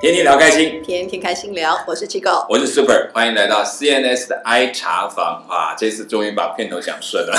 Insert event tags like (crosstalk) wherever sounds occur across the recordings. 天天聊开心，天天开心聊，我是机构。我是 Super，欢迎来到 CNS 的 I 茶房哇！这次终于把片头讲顺 (laughs) 了。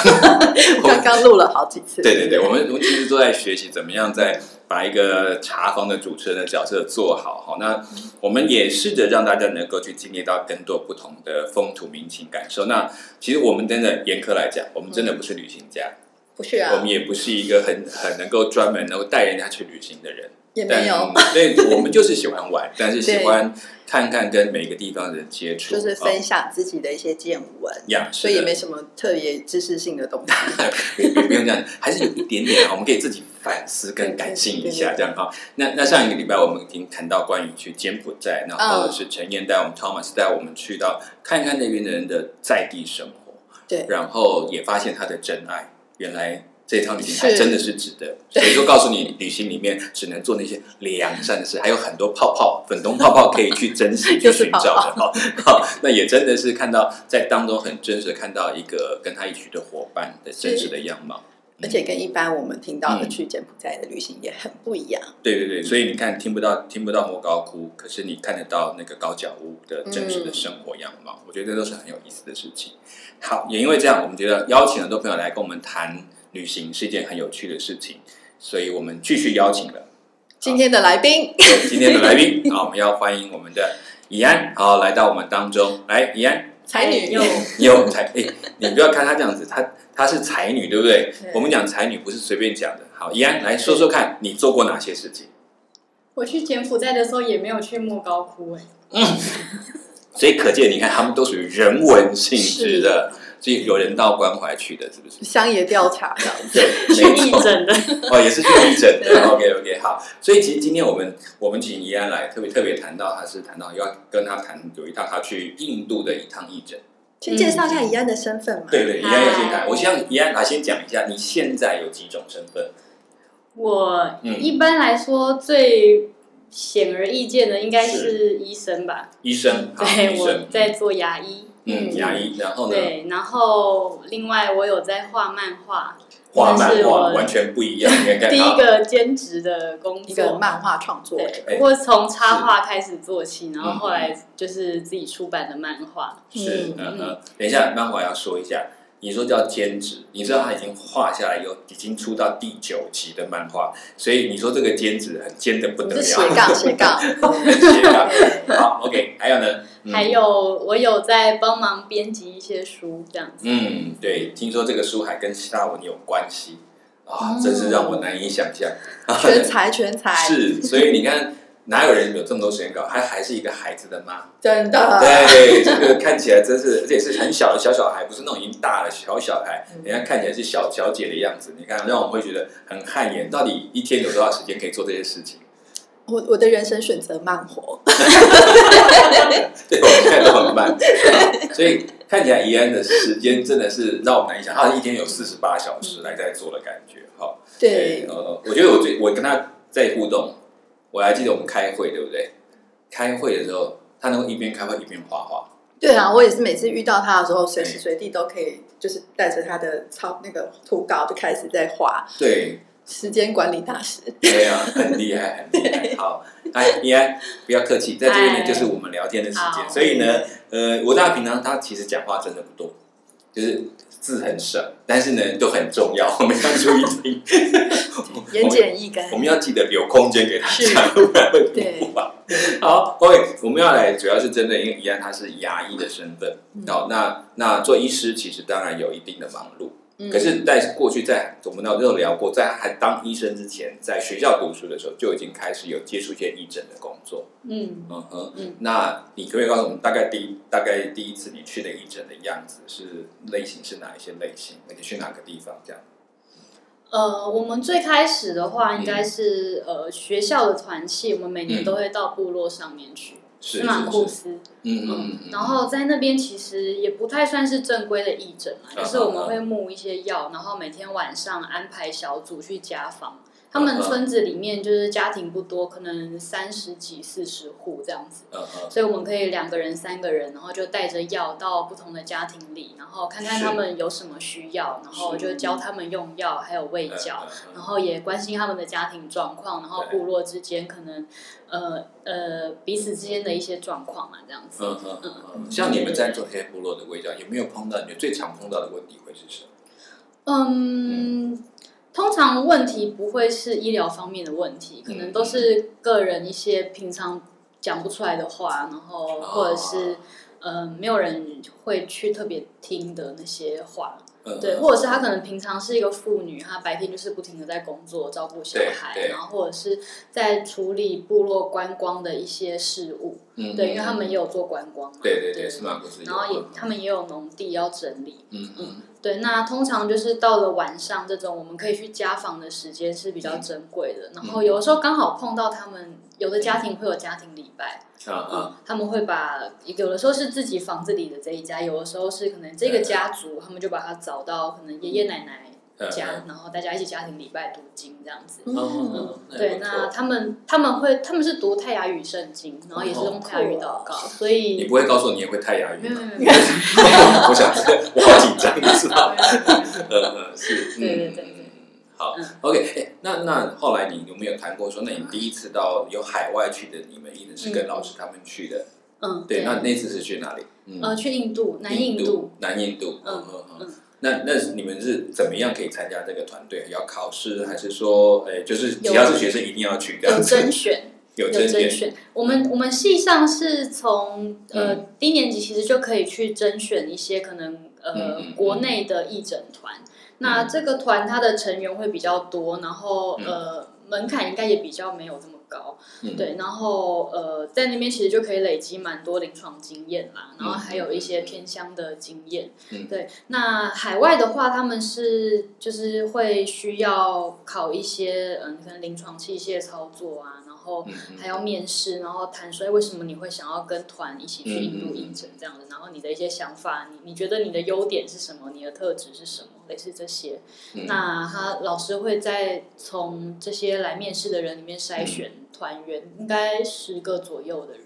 刚刚录了好几 (laughs) 次，对对对，我们我们其实都在学习怎么样在把一个茶房的主持人的角色做好。好，那我们也试着让大家能够去经历到更多不同的风土民情感受。那其实我们真的严苛来讲，我们真的不是旅行家，不是我啊们，也不是一个很很能够专门能够带人家去旅行的人。也但没有，对，我们就是喜欢玩，但是喜对欢看看跟每个地方的人接触，就是哦分享自己的一些见闻，呀，所以也是的 (laughs) 没什么特别知识性的东西。也不用这样，还是有一点点啊，我们可以自己反思跟感性一下，这样哈。那那上一个礼拜我们已经谈到关于去柬埔寨，然嗯后是陈燕带我们 Thomas 带我们去到看看那边的人的在地生活，对，然后也发现他的真爱，原来。这趟旅行还是真的是值得，所以就告诉你，旅行里面只能做那些良善的事，还有很多泡泡、粉红泡泡可以去珍惜、去 (laughs) 就是寻找的哈。 (laughs) 好，那也真的是看到在当中很真实地看到一个跟他一起的伙伴的真实的样貌。而且跟一般我们听到的嗯去柬埔寨的旅行也很不一样。对对对，所以你看，听不到听不到莫高窟，可是你看得到那个高脚屋的真实的生活样貌，我觉得这都是很有意思的事情。好，也因为这样，我们觉得邀请很多朋友来跟我们谈旅行是一件很有趣的事情，所以我们继续邀请了今天的来宾，今天的来宾。好，我们要欢迎我们的怡安，好来到我们当中来，怡安。才女又有才诶、你不要看她这样子，她她是才女，对不对？对我们讲才女不是随便讲的。好，怡安来说说看，你做过哪些事情？ (laughs) 我去柬埔寨的时候也没有去莫高窟哎、所以可见，你看他们都属于人文性质的，所以有人道关怀去的，是不是？乡野调查这样子，去没义错，诊的。哦，也是去义诊 (laughs) 对的。OK OK，好。所以其实今天我们我们请怡安来，特别特别谈到，他是谈到要跟他谈有一趟他去印度的一趟义诊。先介绍一下怡安的身份嘛。嗯对对，怡啊安要先谈。嗨我先怡安来先讲一下，你现在有几种身份？ (laughs) 我嗯一般来说最显而易见的应该是医生吧？医生，好哦医对，我生，在做牙医。嗯，嗯牙医，然后呢，对，然后另外我有在画漫画，画漫但是画我完全不一样，你看 (laughs) 第一个兼职的工一个作。漫画创作者，对，不过从插画开始做起，然后嗯后来就是自己出版的漫画。是，嗯嗯嗯，等一下，漫画要说一下，你说叫兼职，你知道他已经画下来有，已经出到第九集的漫画，所以你说这个兼职很尖的不我得们了，是斜杠斜杠， (laughs) 很斜杠。好，OK，还有呢？嗯还有我有在帮忙编辑一些书，这样子。嗯，对，听说这个书还跟希腊文有关系啊，哦真是让我难以想象。全才全才，是，所以你看，哪有人有这么多时间搞？还还是一个孩子的妈。真 (laughs) 的。对，这个看起来真是，而且是很小的小小孩，不是那种已经大了小小孩，嗯人家看起来是小小姐的样子。你看，让我们会觉得很汗颜。到底一天有多少时间可以做这些事 (laughs) 情？我我的人生选择慢活，对，我们看得很慢，所以看起来怡安的时间真的是让我们难以想象，他一天有四十八小时来在做的感觉。哈，对，呃，我觉得我最我跟他在互动，我还记得我们开会，对不对？开会的时候，他能够一边开会一边画画。对啊，我也是每次遇到他的时候，随时随地都可以，就是带着他的抄那个图稿就开始在画，对，时间管理大师。对啊，很厉害，很厉 (laughs) 害。好，哎，怡安，不要客气，在这边呢哎就是我们聊天的时间，好所以呢，呃，我大平常他其实讲话真的不多，就是字很少，但是呢都很重要，我们要注意听， (laughs) (laughs) 言简意赅 (laughs) 我。们要记得留空间给他是讲，不然会对不好。好，OK，我们要来主要是针对，因为怡安他是牙医的身份，嗯好、那那做医师其实当然有一定的忙碌，嗯可是，在过去在我们都有聊过，在还当医生之前，在学校读书的时候就已经开始有接触一些义诊的工作。嗯，嗯哼，嗯那你可不可以告诉我们，大概第一大概第一次你去的义诊的样子是类型是哪一些类型，而且去哪个地方这样？呃，我们最开始的话嗯应该是、呃学校的团契，我们每嗯年都会到部落上面去，是司马是库是，斯。嗯嗯嗯，然后在那边其实也不太算是正规的义诊嘛，嗯就是我们会募一些药，然后每天晚上安排小组去家访。他们嗯村子里面就是家庭不多，可能三十几、四十户这样子。嗯嗯，所以我们可以两个人、三个人，然后就带着药到不同的家庭里，然后看看是他们有什么需要，然后就教他们用药，还有喂嗯教。嗯然后也关心他们的家庭状况，然后对部落之间可能呃呃彼此之间的一些状况嘛，这样子。嗯嗯嗯嗯，像你们在做黑部落的味道，有没有碰到你们最常碰到的问题会是什么？嗯，通常问题不会是医疗方面的问题，可能都是个人一些平常讲不出来的话，然后或者是哦。呃，没有人会去特别听的那些话，嗯，对，或者是她可能平常是一个妇女，她白天就是不停的在工作照顾小对孩，对然后或者是在处理部落观光的一些事务，嗯对，因为他们也有做观光嘛，对对对，司马故事有，然后也他们也有农地要整理，嗯嗯对，那通常就是到了晚上这种，我们可以去家访的时间是比较珍贵的。然嗯后有的时候刚好碰到他们，有的家庭会有家庭礼拜，啊啊，嗯，他们会把有的时候是自己房子里的这一家，有的时候是可能这个家族，他们就把他找到可能爷爷奶奶嗯家，然后大家一起家庭礼拜读经这样子。嗯嗯，嗯对，那他们他们会他们是读泰雅语圣经，然后也是用泰雅语祷告，所你以不会告哦诉我你也会太雅没语有吗？没有没有，我想我好紧张，你知道吗？呃呃，是，嗯对对对对。好嗯，OK，哎，那那后来你有没有谈过说，那你第一次到有海外去的，你们一直是跟嗯老师他们去的，嗯，对，那那次是去哪里？嗯呃去印度南印度，南印度，嗯嗯嗯嗯。那那你们是怎么样可以参加这个团队？要考试还是说，呃，就是有只要是学生一定要去这有样子？甄选，有有甄选，选。我们我们系上是从呃、嗯低年级其实就可以去甄选一些可能嗯呃、嗯嗯嗯国内的义诊团。那这个团它的成员会比较多，然后呃门槛应该也比较没有这么高，嗯对。然后呃在那边其实就可以累积蛮多临床经验啦，然后还有一些偏乡的经验，嗯对。那海外的话，他们是就是会需要考一些嗯、可能临床器械操作啊，然后嗯还要面试，然后谈说哎为什么你会想要跟团一起去嗯印度影城这样子，然后你的一些想法，你你觉得你的优点是什么，你的特质是什么，类似这些。嗯那他老师会再从这些来面试的人里面嗯筛选团员，应该十个左右的人，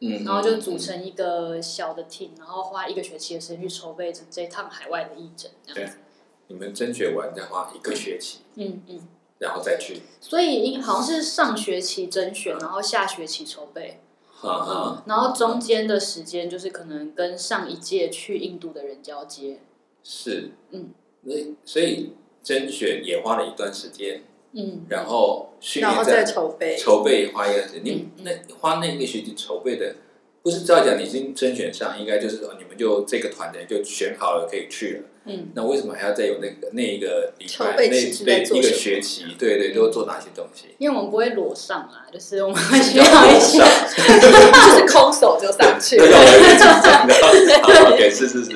嗯然后就组。成一个小的 team，然后花一个学期的时间去筹备这这一趟海外的义诊这样子。你们甄选完再花一个学期，嗯嗯，然后再去，所以应好像是上学期甄选，然后下学期筹备。哈哈，嗯，然后中间的时间就是可能跟上一届去印度的人交接，是，嗯，所以所以甄选也花了一段时间，嗯，然后训然练后再筹备， (laughs) 筹备花一段时间。你嗯嗯那花那一个学期筹备的，不是照讲你已经甄选上，应该就是哦说你们就这个团的人就选好了可以去了。嗯，那为什么还要再有那个那一个礼筹拜备那期是在那做一个什么学期？对对，都做哪些东西？因为我们不会裸上啦，就是我们 (laughs) 会需嗯要一些，就是空手就上去那了让。我有点紧张 (laughs) 的。好，OK，是是是，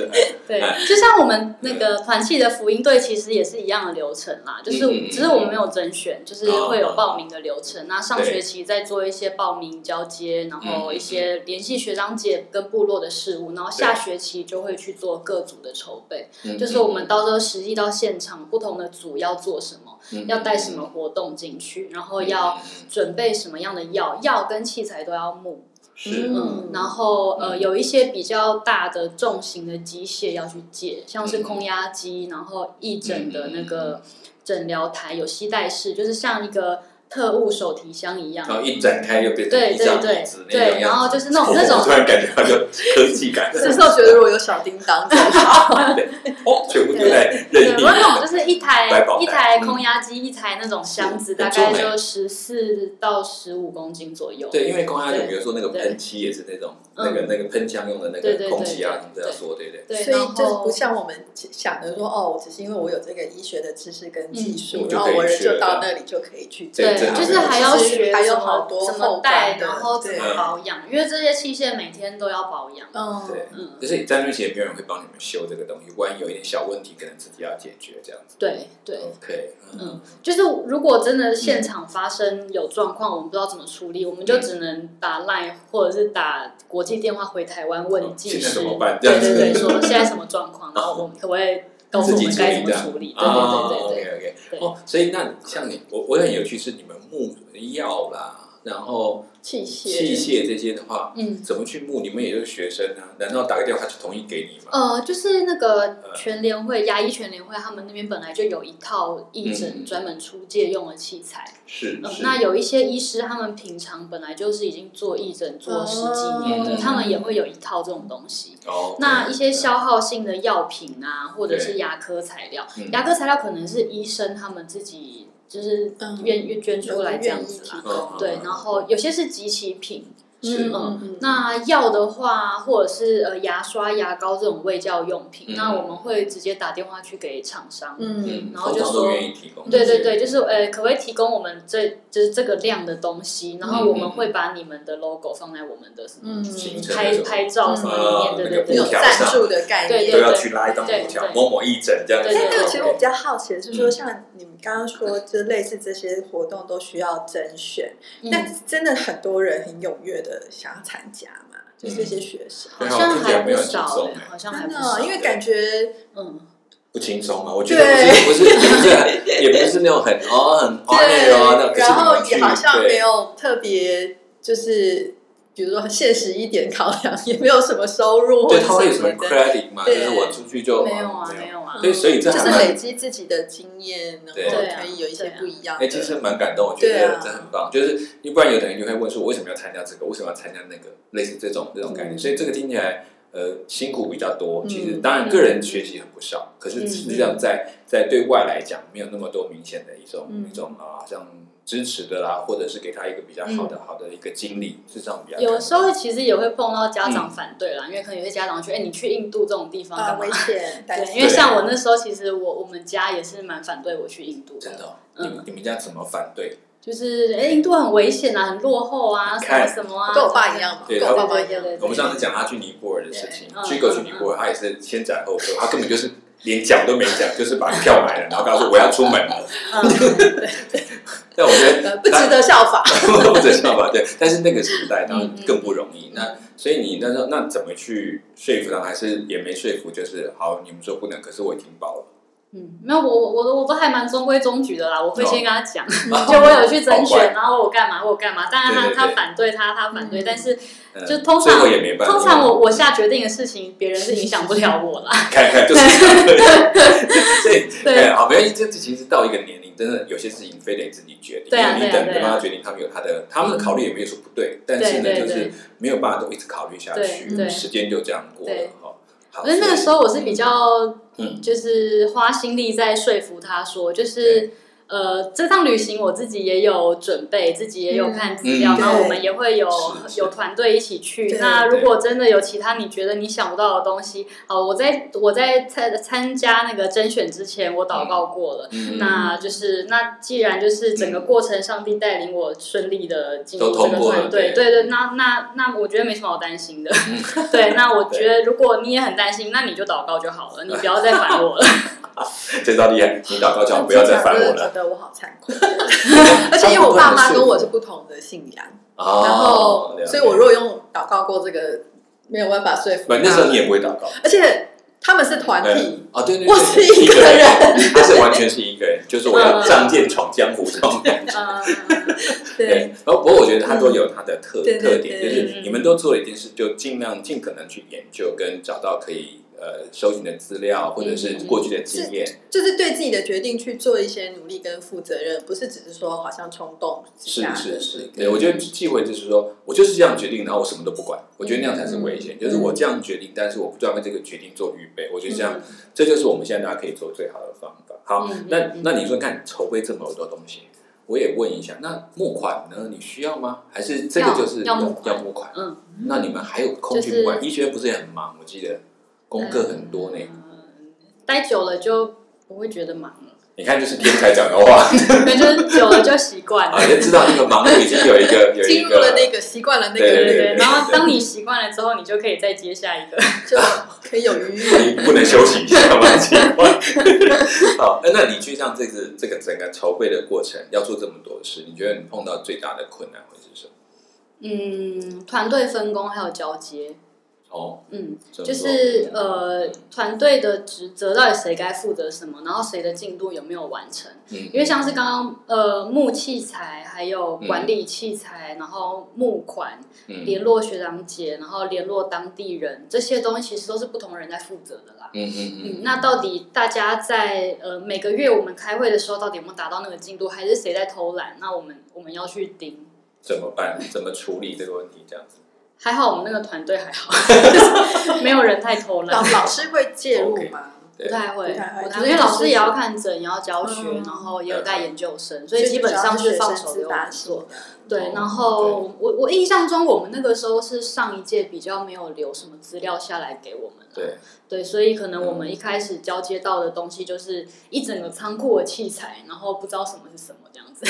对，就像我们那个团契的福音队其实也是一样的流程啦，就是嗯嗯嗯哦只是我们没有甄选，就是会有报名的流程。那上学期再做一些报名交接，然嗯后一些联系学长姐跟部落的事务，然后下学期就会去做各组的筹备。嗯就是我们到时候实际到现场，不同的组要做什么，嗯要带什么活动进去，然后要嗯嗯准备什么样的药，药跟器材都要募。是嗯然后呃，有一些比较大的重型的机械要去借，像嗯是空压机，然后义诊的那个诊疗台有吸带式，就是像一个特务手提箱一样然。后一展开就变成对啊一对张对椅子那种样子对，然后就是那种那 (laughs) 我突种然感觉到就科技 (laughs) 感， (laughs) 这时候觉得如果有小叮当真好，哦，全部都在认对，我那种定。就是一百台宝袋一台空压机，一台那种箱嗯子，大概很重就十四到十五公斤左右。对，因为空压就对比如说那个对喷漆也是那种嗯那个那个喷枪用的那对对个对空气压，你这样说对不对？对，所以然后就是不像我们想的说哦，我只是因为我有这个医学的知识跟技嗯术，嗯然后我人就到那里就可以去做。对对，这就是还还要学还有怎么好多怎后么端带，的然后怎对么保养，因为这些器械每天都要保养。嗯，对，嗯，就是在面前也没有人会帮你们修这个东西，万一有一点小问题，可能自己要解决这样子。对对， OK，嗯，就是如果真的现场发生有状况，我们不知道怎么处理，我们就只能打 Line 或者是打国际电话回台湾问技哦现在师怎么办，这对样子 (laughs) 对对，说现在什么状况，然后我们可不可以告诉自我己们处该理怎么的处理。对啊对对对对。 ，OK 对 OK，哦，所以那像你，我我很有趣是你们木药啦，然后器器械，械这些的话，嗯，怎么去募？你们也就是学生啊，难道打个电话他就同意给你吗？呃，就是那呃个全联会、牙医全联会，他们那边本来就有一套义诊嗯专门出借用的器材。是嗯，是，那有一些医师，他们平常本来就是已经做义诊做十几年的，哦他们也会有一套这种东西。哦，那一些小消耗性的药品啊，或者是牙科材料，牙科材料可能是医生他们自己就是嗯愿愿捐出来这样子有啦人愿意提。嗯供对，然后有些是集齐品，是嗯嗯嗯，那药的话，或者是呃牙刷、牙膏这种卫教用品，嗯那我们会直接打电话去给厂商。嗯，然后就通常都说愿意提供，对对对，，就是呃，可不可以提供我们这就是这个量的东西？然后我嗯们嗯会把你们的 logo 放在我们的什么嗯行程那拍种拍照什么嗯里面，啊对那对个有布对条赞助的概对念，都要去拉一张对布条对，某某义诊这样子。对对哎，对那个其实我比对较好奇的是嗯说，像你们刚刚说，就是类似这些活动都需要甄选，嗯但真的很多人很踊跃的想要参加嘛，就是这嗯些学生，好对像听起来没还不有很轻少松哎，哎好像还真不的少哦，，因为感觉嗯，不轻松啊，我觉得不是不是不是，也不是那种很哦很花累哦，那可是然你后们去也好像没对有特别就是。比如说现实一点考量，也没有什么收入或对者他会有什什么么的， credit 嘛？就对是我出去就没有啊，没。有啊，对，所以这就还是蛮累积自己的经验，然对后对啊可以有一些不一样哎，的。其实蛮感动，我觉对得啊这很棒。就是要不然有的人就会问说，我为什么要参加这个？为什么要参加那个？类似这种这种概念，嗯所以这个听起来。呃，辛苦比较多，嗯其实当然个人学习很不少，可是实际上在在对外来讲，没有那么多明显的一种、嗯一种啊，像支持的啦，或者是给他一个比较好嗯的、好的一个经历，是这样比较感动。有时候其实也会碰到家长反对啦，因为可能有些家长觉得，哎，你去印度这种地方嗯啊，干嘛危？险，担 (laughs) 对，心因为啊像我那时候，其实我我们家也是蛮反对我去印度真的哦，你嗯们你们家怎么反对？就是哎，印度很危险啊，很落后啊，什么看什么啊，跟我爸一样嘛，对跟我爸爸一对样对。对我们上次讲他去尼泊尔的事情对嗯 j i 去尼泊尔，他也是先斩后奏，他根本就是连讲都没讲，就是把票买了，然后告诉我要出门了。 (laughs) 嗯，对但我觉得呃不值得效法。得，不值得吧？对，但是那个时代当然嗯嗯更不容易。那所以你那时候那怎么去说服他？还是也没说服，就是好，你们说不能，可是我已经饱了。嗯，没有我我我都我都还蛮中规中矩的啦，我会哦先跟他 (laughs) 讲，好就我有去甄好乖选，然后我干嘛我干嘛，当然他对对对他反对他他反对，嗯但是嗯就通常最后也没办法。通常我我下决定的事情，别人是影响不了我啦。 (laughs) 看看就是这样， (laughs) 所以 (laughs) 对哎好，没关系。这这其实到一个年龄，真的有些事情非得自己决定，对啊因为你对啊等着对啊让他决定，他们有他的他们的考虑也没有说不对，但是呢，对对就是对没有办法都一直考虑下对去，对时间就这样过了对哈。好，可是那个时候，候我是比较嗯，就是花心力在说服他说，就是。呃，这趟旅行我自己也有准备，自己也有看资料，嗯然后对我们也会有是是有团队一起去对。那如果真的有其他你觉得你想不到的东西，好，我在我在参参加那个甄选之前，我祷告过了。嗯那就是那既然就是整个过程，上帝带领我顺利的进入都这通个过了团对队，嗯对对，那那那我觉得没什么好担心的。对，那我觉得如果你也很担心，那你就祷告就好了，你不要再 (laughs) 烦我了。嗯这招厉害，你祷告叫我不要再烦我我觉了得我好惭 (laughs) 愧，而且因为我爸妈跟我是不同的信仰，哦然后了解所以我如果用祷告过这个，没有办法说服啊不他。那时候你也不会祷告，而且他们是团体，哦，对对，对我是一个人，他是完全是一个人，就是我要仗剑闯江湖这种感觉。嗯，对，对，然后不过我觉得它都有它的特、嗯对对特对点，就是嗯你们都做了一件事，就尽量尽可能去研究跟找到可以呃收集的资料，或者是过去的经验，嗯就是对自己的决定去做一些努力跟负责任，不是只是说好像冲动之是下是的是，对我觉得忌讳就是说我就是这样决定，然后我什么都不管，我觉得那样才是危嗯险，就是我这样决定，但是我不专为这个决定做预备，我觉得这嗯样、这就是我们现在大家可以做最好的方法。好，嗯那嗯嗯那你说看筹备这么多东西。我也问一下，那募款呢？你需要吗？还是这个要就是要募款要募款？嗯，那你们还有空去就是不管？医学院不是也很忙？我记得功课很多呢。嗯待久了就不会觉得忙了，你看，就是天才讲的话， (laughs) 对，就是久了就习惯了啊，。就知道那个忙碌已经有一个有一进入了个那个习惯了那对个对日对子，对，然后当你习惯了之后，你就可以再接下一个。就可以有余 (laughs) 裕。你不能休息一下吗？ (laughs) 奇怪。好，那你去像这次这个整个筹备的过程，要做这么多事，你觉得你碰到最大的困难会是什么？嗯，团队分工还有交接，哦，嗯，怎么就说是呃，团队的职责到底谁该负责什么，然后谁的进度有没有完成？嗯因为像是刚刚呃木器材，还有管理器材，然后募款、嗯联络学长姐，然后联络当地人，这些东西其实都是不同人在负责的啦。嗯嗯嗯嗯，那到底大家在呃每个月我们开会的时候，到底有没有达到那个进度，还是谁在偷懒？那我们我们要去盯。怎么办？ (laughs) 怎么处理这个问题？这样子还好我们那个团队还好， (laughs) 没有人太偷懒老。老师会介入吗？对不太会，不太会不就是因为老老师师也要看诊，也要教学，嗯然后也有带研究生，所以基本上就是只要放学手生给自我们发性做。的。对，然后我我印象中，我们那个时候是上一届比较没有留什么资料下来给我们啦对，对，所以可能我嗯们一开始交接到的东西就是一整个仓库的器材，然后不知道什么是什么这样子。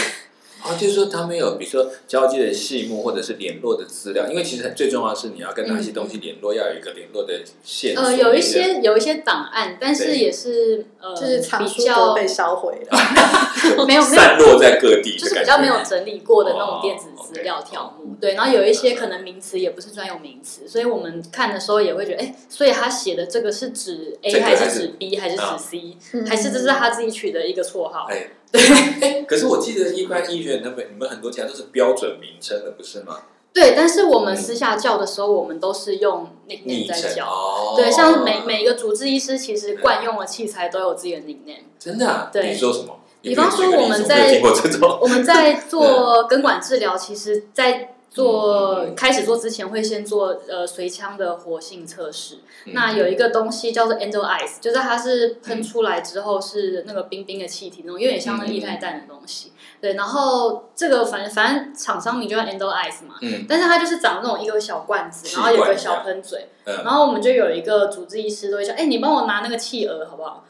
啊，就是说他们有比如说交接的细目或者是联络的资料，因为其实最重要的是你要跟哪些东西联络，要有一个联络的线索。呃，有一些有一些档案，但是对也是呃就是藏比书都较被烧毁了， (laughs) 没有没有散落在各地的感觉，哦就是比较没有整理过的那种电子资料条目，对，然后有一些可能名词也不是专有名词，所以我们看的时候也会觉得，哎，所以他写的这个是指 A 这个还还是啊是指 B 还是指 C，还是这是他自己取的一个绰号？哎，对哎，可是我记得一般医学那本你们很多其他都是标准名称的，不是吗？对，但是我们私下叫的时候，我们都是用 nickname 昵在称叫。哦，对，像每每一个主治医师，其实惯用的器材都有自己的 nickname。真的啊，对你说什么？比方说你可以举个例我们子在没有听过这种， (laughs) 我们在做根管治疗，其实，在嗯做开始做之前，会先做呃髓腔的活性测试。嗯那有一个东西叫做 angel eyes，就是它是喷出来之后是那个冰冰的气体，那种有点嗯像那个液态氮的东西。对，然后这个反正反正厂商名就叫 angel eyes 嘛，嗯但是它就是长那种一个小罐子，气然后有罐个一样小喷嘴，然嗯，后我们就有一个主治医师都会说，哎、你帮我拿那个气鹅好不好？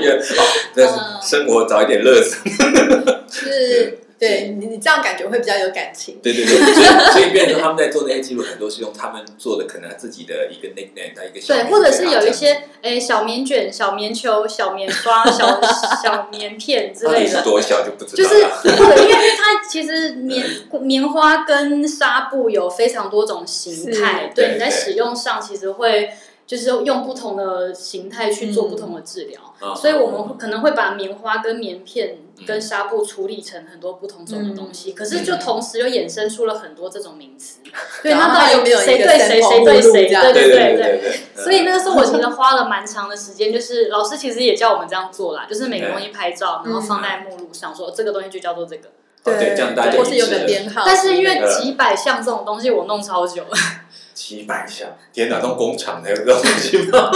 也哦 (laughs) 但呃是生活找一点乐子，是，对你你这样感觉会比较有感情。对对 (laughs) 对，所以所以变成他们在做那些记录，很多是用他们做的可能自己的一个 nickname，他一个小对，名或者是给他有一这样些诶、小棉卷、小棉球、小棉刷、小小棉片之到底类 (laughs) 是的。多小就不知就道是了，或者因为因为它其实棉棉花跟纱布有非常多种形态，是对对你在对使用上其实会就是用不同的形态去做不同的治疗，嗯所以我们可能会把棉花跟棉片跟纱布处理成很多不同种的东西，可是就同时又衍生出了很多这种名词，对，然那后它到又没底有一个谁对谁，谁 sample 对目录谁，这样对对对对对对，嗯所以那个时候我其实花了蛮长的时间，就是老师其实也叫我们这样做啦，就是每个东西拍照，嗯然后放在目录上，说这个东西就叫做这个。哦对，这样大家或就是一致有个了编号之类的，但是因为几百项这种东西，我弄超久了。几百项，天哪，弄工厂才有这种东西吗？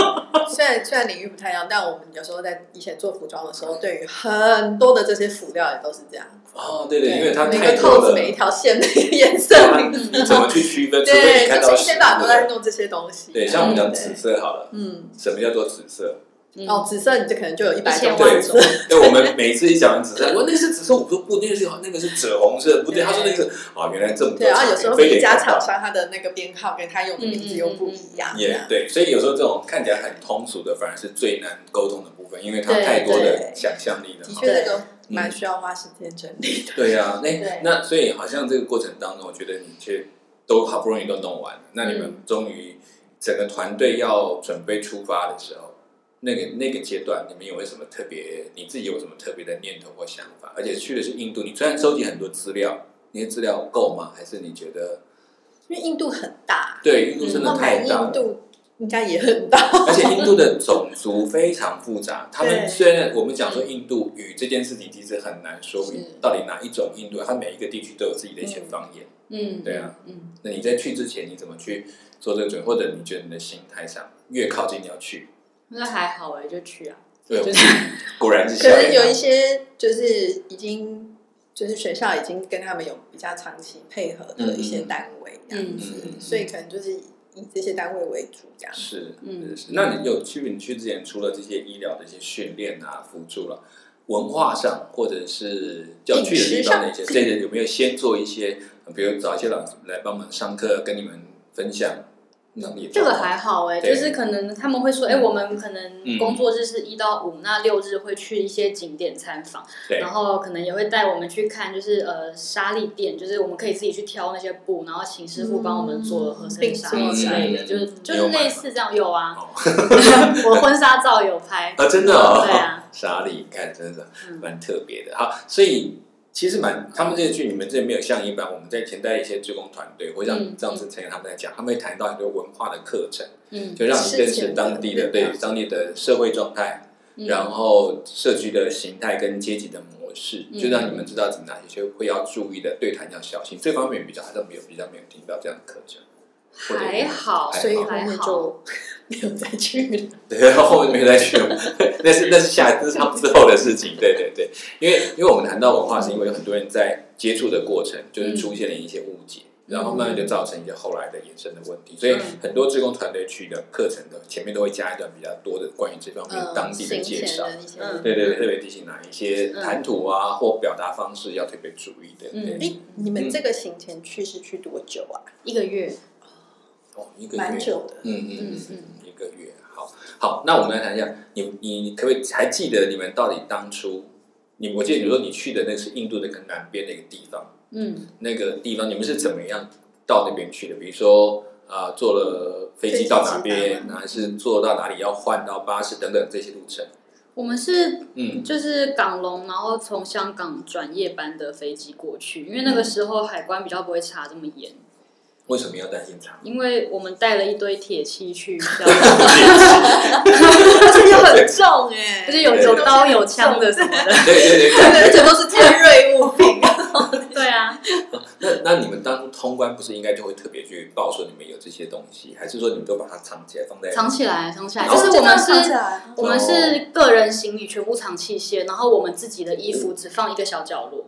虽然虽然领域不太一样，但我们有时候在以前做服装的时候，对于很多的这些辅料也都是这样。哦，对对，因为它每太个多扣子、了，每一条线、每个 (laughs) 颜色，它你怎么去区 (laughs) 分？除非对，你看就到是一天到晚实都物在的弄这些东西。对，像我们讲对紫色好了，嗯，什么叫做紫色？嗯哦，，紫色你就可能就有一百一千种万对对种， (laughs) 对，我们每次一讲完紫色，我说那是紫色，我说不，那个是那个是紫红色，不对，对他说那个是啊，原来这么多对，然后有时候非得每一家看到厂商它的那个编号跟它用的名字又不一嗯样，这也样对，所以有时候这种看起来很通俗的，反而是最难沟通的部分，因为它对太多的对想象力了的嘛。确这个嗯蛮需要花时间整理的。对呀、那对那所以好像这个过程当中，我觉得你却都好不容易都弄完了，那你们终于整个团队要准备出发的时候，那个那个阶段，你们有没有什么特别？你自己有什么特别的念头或想法？而且去的是印度，你虽然收集很多资料，那些资料够吗？还是你觉得因为印度很大，对印度真然的后太满大印了？度应该也 (laughs) 很大，而且印度的种族非常复杂，他对们虽然我们讲说印度语这件事情其实很难说明是到底哪一种印度，它每一个地区都有自己的一些方言。嗯，对啊，嗯，那你在去之前，你怎么去做这个准备？或者你觉得你的心态上越靠近你要去，那还好哎，就去啊，对就， (laughs) 果然是可小能人有一啊。些就是已经就是学校已经跟他们有比较长期配合的一些单位这样子，嗯嗯嗯所以可能就是以这些单位为主这样。是，嗯是。那你有去你去之前，除了这些医疗的一些训练啊、辅助了、文化上或者是要去的地方的一些，这些有没有先做一些，比如找一些老师来帮忙上课，跟你们分享能力这状个况。还好哎、对就是可能他们会说，哎、我们可嗯能工作日是一到五、那六日会去一些景点参访，对然后可能也会带我们去看，就是呃沙粒店，就是我们可以自己去挑那些布，然后请师傅帮我们做合身纱嗯之类的，嗯就是嗯就是类似这样有啊，哦我婚纱照有拍， (laughs) 啊，真的哦，对 (laughs) 啊，莎莉，你看真的是嗯蛮特别的。好，所以其实蛮，他们这些剧你们这没有像一般我们在前代一些志工团队，或像嗯上次陈阳他们在讲，他们会谈到很多文化的课程，嗯就让你认事识前的当地的对对当地的社会状态，嗯然后社区的形态跟阶级的模式，嗯就让你们知道哪些会要注意的，对谈要小心。这方面比较还是没有比较没有听到这样的课程，或者还好，还嗯所以后还面好。就没有再去了。对，后面没有再去了，那是那是下那是他们之后的事情。对对对，因为因为我们谈到文化，是因为有很多人在接触的过程，嗯就是出现了一些误解，然后慢慢就造成一些后来的衍生的问题。嗯所以很多志工团队去的课程的前面都会加一段比较多的关于这方面嗯当地的行介前绍。的一些，嗯对对对，特别提醒哪一些嗯谈吐啊、或表达方式要特别注意的。嗯对，哎，你们这个行前去是去多久啊？一个月，哦，一个蛮月，久的。嗯嗯嗯嗯嗯，一个月。好，好，那我们来谈一下，你你可不可以还记得你们到底当初，你我记得你说你去的那是印度的跟南边的一个地方，嗯，那个地方你们是怎么样到那边去的？比如说啊、呃坐了飞飞机机到哪直达边，吗还是坐到哪里要换到巴士等等这些路程？我们是嗯，就是港龙，然后从香港转夜班的飞机过去，因为那嗯个时候海关比较不会查这么严，为什么要担心查？ (laughs) 因为我们带了一堆铁器去香而港，且又很重哎，就是有有刀有枪的什么的。对对对对，对，而且都是尖锐物品啊。对啊，那那你们当初通关不是应该就会特别去报说你们有这些东西，还是说你们都把它藏起来放在？藏起来，藏起来，好就是我们这样藏起是。来我们是个人行李全部藏器械，然后我们自己的衣服只放一个小角落，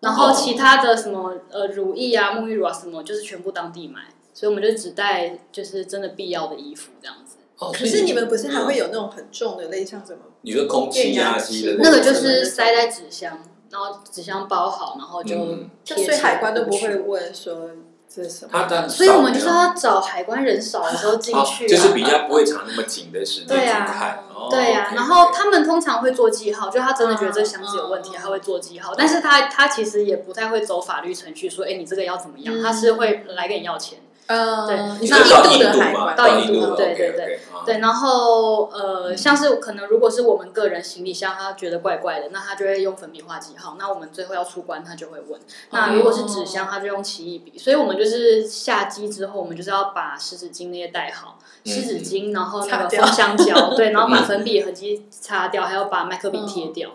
然后其他的什么呃乳液啊、沐浴乳啊什么，就是全部当地买，所以我们就只带就是真的必要的衣服这样子。哦，可可嗯是你们不是还会有那种很重的类，像什么？你说空气压机的那个就是塞在纸箱，然后纸箱包好，然后就嗯贴就啊起所来以海关都不会。问说这是什么。它当所以我们就是要找海关人少的时候进哦去、啊啊就是比较不会藏那么紧的时间对去啊看。哦对呀、 OK，然后 OK 他们通常会做记号，就他真的觉得这个箱子有问题，嗯他会做记号。但是他他其实也不太会走法律程序，说哎你这个要怎么样，嗯他是会来给你要钱。呃，对你你说说那到印印度的度海嘛，关到印印度度了，对 OK，OK，对对啊对，然后呃嗯像是可能如果是我们个人行李箱，他觉得怪怪的，那他就会用粉笔画记号。那我们最后要出关，他就会问。哦那如果是纸箱，他就用奇异笔。所以我们就是下机之后，我们就是要把湿纸巾那些带好，嗯湿纸巾，然后那擦个掉封 (laughs) 箱胶，对，然后把嗯粉笔痕迹擦掉，还要把麦克笔贴嗯掉。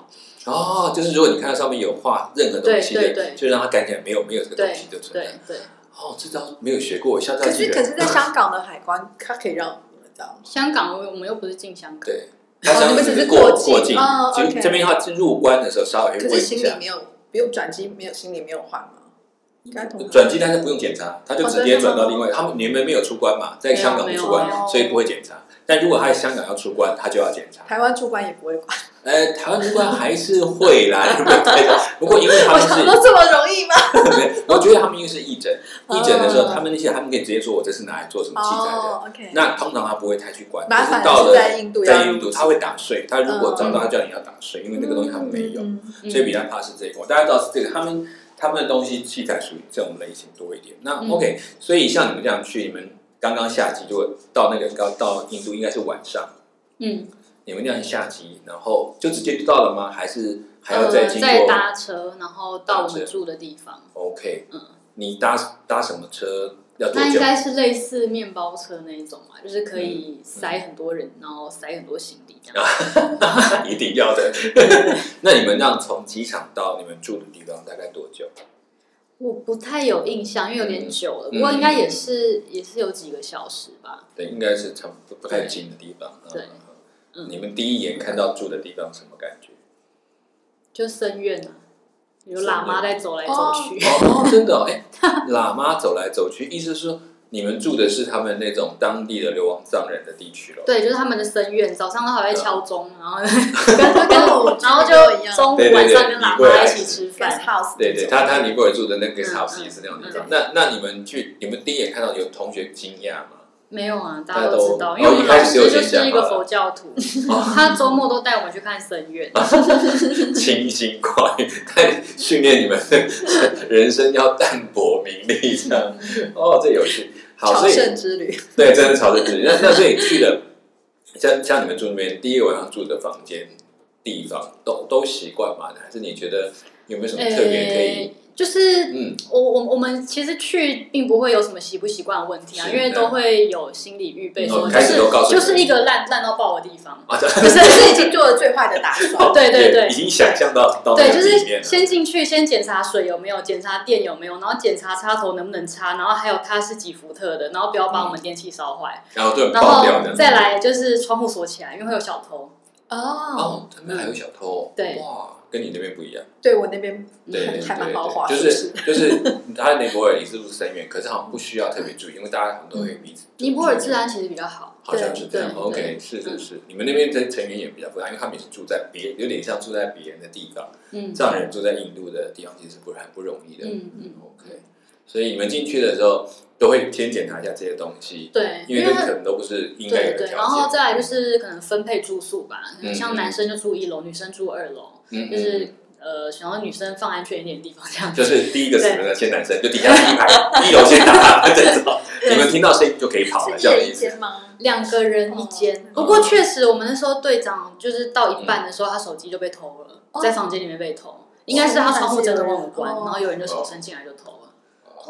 哦，就是如果你看到上面有画任何东西对对的，对就让它看起来没有没有这个对东西的存对在。对，哦，这招没有学过，我下次要可去是了可是，在香港的海关，它可以让我们到。香港我们又不是进香港，对，他哦你上们面只是过过境过境哦，就 OK 这边的话入关的时候稍微可问是一行李下。没有，不用转机，没有行李没有换吗？嗯应该同行转机，但是不用检查，他哦就直接转到另外。他们你们没有出关嘛，在香港不出没有没关，有所以不会检查。但如果他在香港要出关，他就要检查。台湾主管也不会管。呃，台湾出关还是会啦，你们不要 (laughs) 太不过因为他我们想 (laughs) 是说这么容易吗？对， (laughs) 我觉得他们因为是义诊，哦义诊的时候，他们那些他们可以直接说我这是拿来做什么器材的。 ，OK。那通常他不会太去管，哦麻烦就是到是了在印度要在印度他会打碎，他如果找到嗯他叫你要打碎，因为那个东西他们没有，嗯嗯嗯所以比较怕是这一块。大家知道是这个，他们他们的东西器材属于这种类型多一点。那嗯 OK，所以像你们这样去，你们刚刚下机，如果到那个到到印度应该是晚上，嗯，你们这样下机，然后就直接就到了吗？还是还要呃再经过？搭车，然后到我搭车们住的地方。 OK，嗯你搭搭什么车？要多那应久？该是类似面包车那一种嘛，就是可以塞很多人，然后塞很多行李这样。 (laughs) 一定要 (laughs) 的。那你们让从机场到你们住的地方大概多久？我不太有印象，因为有点久了，嗯不过应该也是也是有几个小时吧。对，应该是差不多不太近的地方。对嗯嗯嗯嗯你们第一眼看到住的地方什么感觉？就深院啊，有喇嘛在走来走去。 (laughs) 哦， (laughs) 真的哦哎、喇嘛走来走去，意思是说你们住的是他们那种当地的流亡藏人的地区咯。对，就是他们的深院，早上都还会敲钟，然后跟跟，然后跟我一就样 (laughs) 中午嗯对对对晚上跟喇嘛一起吃，guest 饭。 house 对对，他他尼泊尔住的那个嗯 house 嗯也是那种地 (laughs) 嗯方。那那你们去，你们第一眼看到有同学惊讶吗？没有啊，大大家家都都知道，哦因为我们一老开始师就有就先讲是一个好了哦佛教徒，他周末都带我们去看神院。啊清新快，太训练你们的人生要淡泊名利这样。哦，这有趣。好，朝所以圣之旅， (laughs) 对，真的朝圣之旅。那那所以去的，像像你们住那边，第一个晚上住的房间地方都都习惯吗？还是你觉得有没有什么特别可以？诶呃就是嗯，我我我们其实去并不会有什么习不习惯的问题啊，是因为都会有心理预备，嗯说哦就开始是都告诉你就是一个烂烂到爆的地方。啊，这可是是已经做了最坏的打 (laughs) 算。对对对已经想象到到那个对，就里是面了。啊先进去，先检查水有没有，检查电有没有，然后检查插头能不能插，然后还有它是几伏特的，然后不要把我们电器烧坏，然后对然嗯爆后掉的。再来就是窗户锁起来，因为会有小偷。哦，哦，他们还有小偷哦。嗯对嗯哇，跟你那边不一样。对我那边对对对还蛮豪华，对，就是是就是他尼泊尔离自助深远，可是好像不需要特别注意，因为大家很多会彼此。嗯尼泊尔治安其实比较好，好像是这样对对嗯，OK，是是是，你们那边的成员也比较不一样，因为他们也是住在别，有点像住在别人的地方，嗯这样人住在印度的地方其实不是很不容易的。嗯嗯， OK，所以你们进去的时候都会先检查一下这些东西，对，因为这可能都不是应该对有的对，然后条件。再来就是可能分配住宿吧，可能像嗯嗯男生就住一楼，女生住二楼，嗯，就嗯是呃，想要女生放安全一点的地方 (laughs) 这样子。就是第一个什么呢？先男生就底下第 (laughs) 一排，一楼先打，再走，你们听到声音就可以跑了，一这样人一意思。间吗？两个人一间哦，不过确实，我们那时候队长就是到一半的时候，他手机就被偷了，哦在房间里面被偷，应该是他窗户真的忘了关，哦然后有人就手伸进来就偷了。哦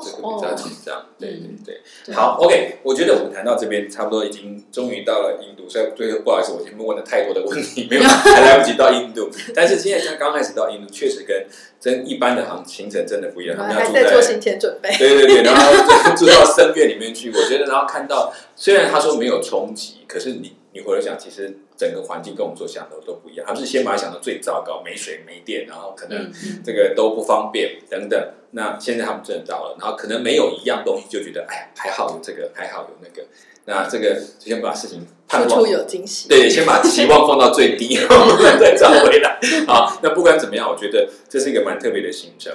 这个比较紧张，对嗯对对。对好，OK，我觉得我们谈到这边差不多已经终于到了印度，所以最后不好意思，我前面问了太多的问题， (laughs) 没有还来不及到印度。但是现在像刚开始到印度，确实跟真一般的行行程真的不一样，我他们们要还住在做行前准备。对对对，然后 (laughs) 住住到深院里面去，我觉得然后看到虽然他说没有冲击，可是你你回头想，其实整个环境跟我们所想的都不一样，他们是先把它想的最糟糕，没水没电，然后可能嗯，嗯这个都不方便等等。那现在他们真的到了，然后可能没有一样东西就觉得，哎呀，还好有这个，还好有那个。那这个就先把事情盼处望处，有惊喜。对，先把期望放到最 (laughs) 低，然后再找回来。好，那不管怎么样，我觉得这是一个蛮特别的行程。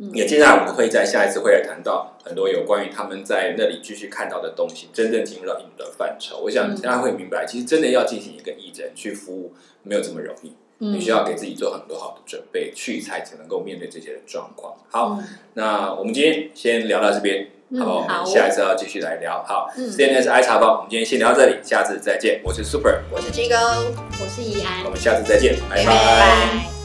嗯也接下来我们会在下一次会来谈到很多有关于他们在那里继续看到的东西，真正进入到印度的范畴。我想嗯大家会明白，其实真的要进行一个义诊去服务，没有这么容易。嗯你需要给自己做很多好的准备，去才能够面对这些状况。好，嗯那我们今天先聊到这边，好不好？我好们下一次要继续来聊。好嗯，CNSI 茶包，我们今天先聊到这里，下次再见。我是 Super，嗯我是 G 哥。我是怡安我，们下次再见，拜拜拜拜。拜。